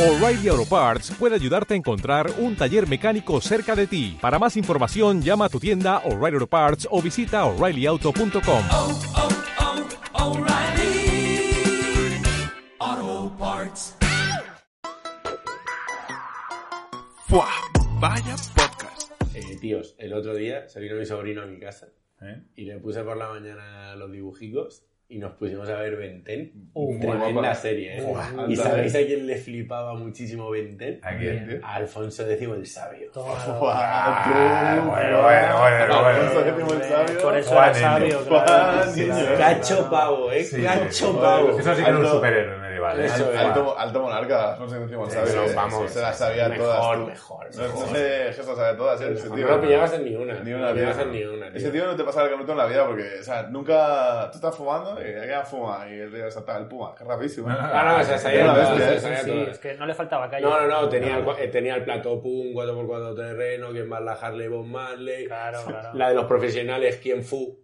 O'Reilly Auto Parts puede ayudarte a encontrar un taller mecánico cerca de ti. Para más información, llama a tu tienda O'Reilly Auto Parts o visita oreillyauto.com. oh, oh, O'Reilly. Auto Parts. ¡Fua! Vaya podcast. Eh, tíos, el otro día se vino mi sobrino a mi casa ¿Eh? y le puse por la mañana los dibujicos y nos pusimos a ver Benten. muy Tremenda guapa. serie, ¿eh? Buah, ¿Y anda, sabéis eh. a quién le flipaba muchísimo Benten? ¿A quién, tío? A Alfonso X el Sabio. Ah, bueno, bueno, bueno, Alfonso bueno. X el sabio. Por eso Juan era sabio, Niño. claro. Juan Niño. Cacho pavo, ¿eh? Sí, Cacho sí. pavo. Eso sí que era un Alto. superhéroe medieval. ¿eh? Eso. Al- Alto, alto monarca, no sé cómo se llama, ¿sabes? Eso, Eh, vamos. Se las sabía Mejor, todas. tú. mejor, No, no mejor. sé, se las sabía todas, ¿eh? Ese No, tío. no lo pillabas en ni una. Ni no una, lo pillabas tío. en ni una, tío. Ese tío no te pasa el canuto en la vida porque, o sea, nunca. Tú estás fumando y acá fuma y el tío salta el puma, que es rapidísimo. Ah, no, o sea, sabía Era una todas, bestia, se ¿eh? sabía Sí, todas. es que no le faltaba calle. No, no, no, tenía, el cua- eh, tenía el plato Pum, 4x4 terreno, que es más la Harley Bob Marley, Claro, claro. la de los profesionales, ¿quién fu?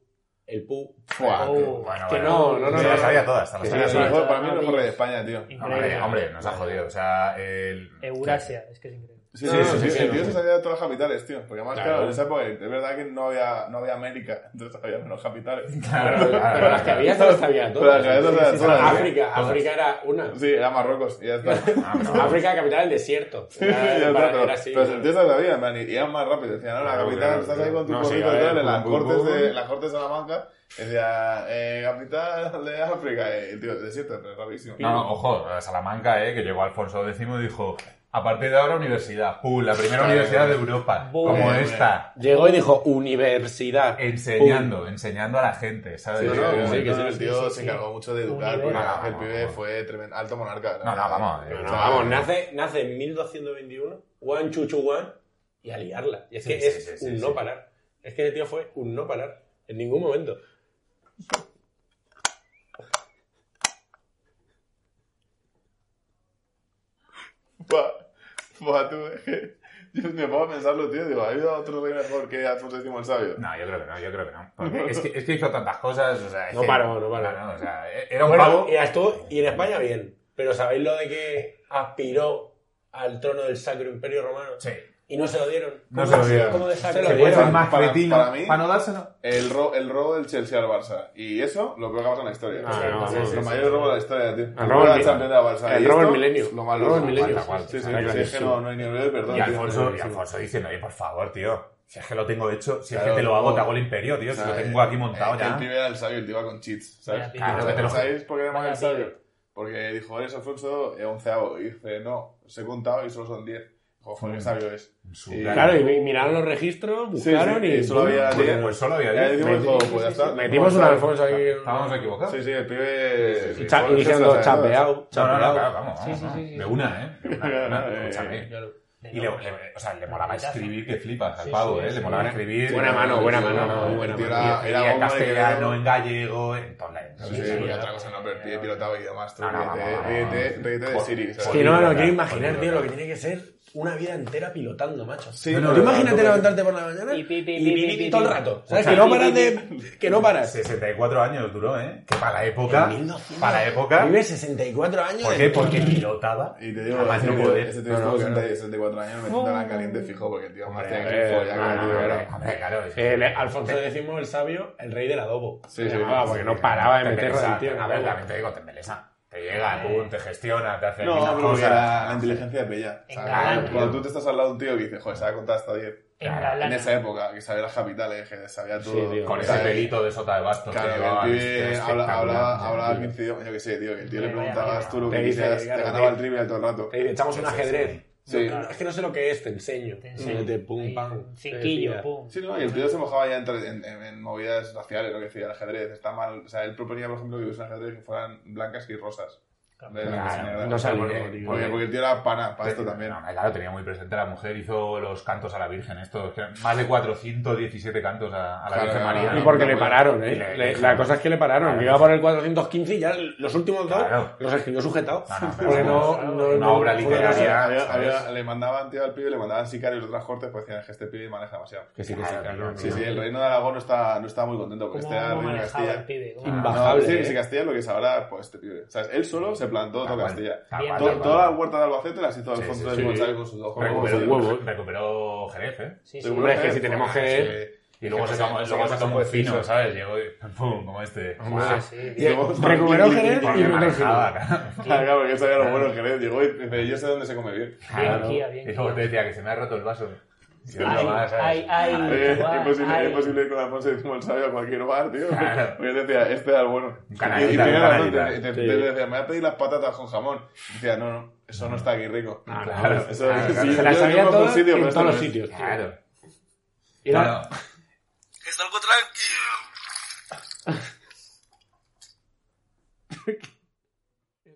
El pu. Fua, Oh, tío. Bueno, que bueno. no, no, no, Se no. las sabía todas, se las Que Sí, sabía es sí, el todas. mejor, sí. para mí es el mejor rey de España, tío. Hombre, hombre, nos ha jodido. O sea, el. Eurasia, es que es increíble. Sí, No, sí, no, sí, sí, sí, sí, el tío sí. se sabía de todas las capitales, tío. Porque además, Claro. claro, en esa época es verdad que no había, no había América, entonces había menos capitales. Claro, Pero, claro, pero las que claro. había se las sabía Pero todas. las cabezas eran sí, todas, tío. África, África era una. Sí, era Marruecos, y ya está. Ah, pero vamos. África, capital del desierto. Sí, sí, ya Era, está, para- pero, era así. pero el tío se sabía, en plan, y, y eran más rápido. Decían, no, la Claro, capital, claro, estás claro. ahí con tu Ah, No, sí, porrito a y ver, tal, en pum, las pum, cortes pum. de, en las cortes de Salamanca, decía, eh, capital de África, eh, y, tío, desierto, pero rapidísimo. No, no, ojo, a Salamanca, eh, que llegó Alfonso X y dijo, a partir de ahora universidad, ¡pum! La primera universidad de Europa, Boom. como Bien, esta, Llegó y dijo, universidad. enseñando, enseñando a la gente, ¿sabes? Sí, No, sí, no, sí, sí, que sí, el sí, tío sí, se sí. encargó mucho de Un educar, nivel. porque No, además el no, pibe vamos. fue tremendo, alto monarca. la No, no, verdad. vamos, eh, Pum. O No, sea, vamos, nace, nace en 1221, one chuchu one, y a liarla. Y es Sí, que sí, es sí, sí, un sí. no parar. Es que ese tío fue un no parar. En ningún momento. Buah, buah, tú, eh, yo me pongo a pensarlo, tío, digo, ¿ha habido otro rey mejor que Alfonso X el Sabio? No, yo creo que no, yo creo que no. Porque es, que, es que hizo tantas cosas, o sea... es No que- paró, no paró. o sea, e- era un Bueno, pavo... y, estuvo- y en España bien. Pero ¿sabéis lo de que aspiró al trono del Sacro Imperio Romano? Sí. Y no se lo dieron. pues No se lo dieron. ¿Cómo de sacro? Que Se lo puede ser dieron. más Para- cretino para mí- no dárselo. El, ro- el robo del Chelsea al Barça. Y eso, lo peor que ha pasado en la historia. Ah, no, sí, no, sí, sí, lo sí, mayor robo de la historia, tío. El robo Era del campeón de la Barça. el Y robo esto, del milenio. Lo malo. El robo del lo milenio. malo. Cual, Sí, sí, cual, sí, es que no, no hay ni olvido de perdón. Y tío. Alfonso, y Sí. Alfonso diciendo, oye, por favor, tío, si es que lo tengo hecho, si es Claro, que te lo hago, no. te hago el imperio, tío, O si sea, lo eh, tengo aquí montado eh, ya. El pibe era el sabio, el tío iba con cheats. ¿Sabes? Vaya pibe. Claro, ¿Sabes- que te lo- ¿Sabéis por qué le llaman el Vaya sabio? pibe. Porque dijo, eres Alfonso, eh, onceavo. Y dice, no, os he contado y solo son diez. Dijo, joder, qué sabio es. Su- Y- Claro, y mi- miraron los registros, Sí, sí, buscaron mm, y solo había Pues, diez. pues solo había Ya diez. decimos, dijo, Sí, sí, pues ya sí, está. Metimos un Alfonso aquí. Estábamos equivocados. Sí, sí, el pibe. Y el cha- pibe- y diciendo se sabe todo. chapeado. No, no, no, chapeado. claro, vamos, Sí, vamos, sí, vamos. sí, sí. De una, ¿eh? De una, de una, Eh, escúchame. Claro. Y le, le- o sea, le molaba Claro. escribir que flipas al Sí, pavo, sí, ¿eh? sí. Le molaba escribir. Buena mano, buena mano, Sí, buena tío, mano. era- Era Era en bomba de castellano, quedado. en gallego, en todas las... Sí, sí, porque otra cosa no, pero el pibe pilotaba y demás. tú, No, no, ríete- no, no, no. ríete- ríete de Joder. Siri. Es Es ¿sabes? que no, no Polígono, quiero imaginar, polígono. tío, lo que tiene que ser una vida entera pilotando, macho. Sí, No, no, no, Tú no, imagínate no, levantarte por la mañana Y y pi, pi, vivir pi, pi, pi, todo el pi. rato. ¿Sabes? sea, Que no pi, paras pi, de. Que no paras. 64 años duró, ¿eh? Que para la época... En 1200. Para la época... Vive 64 años. ¿Por qué? Porque pilotaba. Y te digo, Además, este no tío- poder. este tío No, no, con 64 años me tendrá la caliente fijo porque, tío, más tiene que eh, follar con el no, tío, no, era- no. Hombre, claro. es- El- Alfonso X el sabio, el rey del adobo. Sí, Se sí, llamaba, sí, porque sí. no paraba de Te meterlo embelesa, el tío. en A el ver, adobo. también te digo, te embelesa. Te llega, pum, te gestiona, te hace No, mil pero cosas. era la inteligencia de Bella. O sea, Engaño. cuando- Cuando tú te estás al lado de un tío que dice, joder, se ha contado hasta 10. En Engalana. esa época, que sabía las capitales, que sabía todo. tío. Con ese ¿sabes? pelito de sota de bastos que Claro, llevaba, que el es- pibe es habla- hablaba, espectacular. hablaba 15 idiomas, yo qué sé, tío, que el tío le Vaya, vaya, preguntabas vaya. tú lo que Te dice, quisieras, te claro, ganaba sí. el trivial todo el rato. Te dice, echamos un ajedrez. Sí. No, Es que no sé lo que es, te enseño. Mm. Te enseño. Y te pum, Ahí, pam. un Cinquillo, pum. Sí, no, y el tío se mojaba ya en, tra- en, en- en movidas raciales, lo que decía, el ajedrez, está mal. O sea, él proponía, por ejemplo, que hubiese un ajedrez que fueran blancas y rosas. en vez de blancas y Claro, negras. no sabía, porque- tío. porque, porque el tío era pana, para esto también. No, claro, tenía muy presente la mujer, hizo los cantos a la Virgen, estos, que eran más de 417 cantos a, a la Claro, Virgen claro, María. claro. Y ¿no? porque le Bueno, pararon, ¿eh? y le- Le- le- la cosa es que le pararon. Claro. que iba por el 415 y ya los últimos dos Claro. los escribió sujetado. No, no, pero porque vamos, no, no, una no- obra fue literaria. cosa- Había- había- ¿sabes? había- le mandaban tío al pibe, le mandaban sicarios de otras cortes, pues decían que este pibe maneja demasiado. Que sí, que sí, Claro, claro, claro, no, Sí, no. sí, el reino de Aragón no estaba, no estaba muy contento porque ¿Cómo este era el cómo reino de manejaba el Castilla. pibe? ¿Cómo Ah, No, Bajable, sí, ¿eh? sí, Castilla es lo que es ahora, pues este pibe. O sea, él solo se se plantó Tal toda cual, Castilla. tal Bien, cual, To- tal cual. Toda la huerta de Albacete las hizo Sí, Alfonso sí, del sí. González con sus ojos. Recuperó Seguro huevos. huevo. Recuperó Jerez, ¿eh? Sí, sí. que Hombre, es que si sí. tenemos que... Y luego Sí, se sí, tomó, sí, luego sí, se sí, tomó el sí, fino, sí. ¿sabes? Llegó y pum, como este. Hombre, Sí, Y bien. luego- Recuperó Jerez Porque y manejaba, Brunejil. cara. Ah, claro, que sabía lo bueno que le llegó y dice, yo sé dónde se come bien. Claro. Kia, bien, Y luego Kia. te decía que se me ha roto el vaso. Y otro Ay, más, ¿sabes? ay, ay, Eh, guau, imposible, ay. imposible ir con Alfonso y como sabio a cualquier bar, tío. Claro. Porque él decía, este era el bueno. Un canallita, y y tenía un razón, canallita. te- te- Sí. te decía, me voy a pedir las patatas con jamón. Y decía, no, no, eso no está aquí rico. Ah, Claro, claro. Eso claro, claro. sí, Se las yo- sabía yo me fui a un todas sitio, en pero todos los este no es. sitios. tío. Claro. Era- Claro. Es algo tranqui.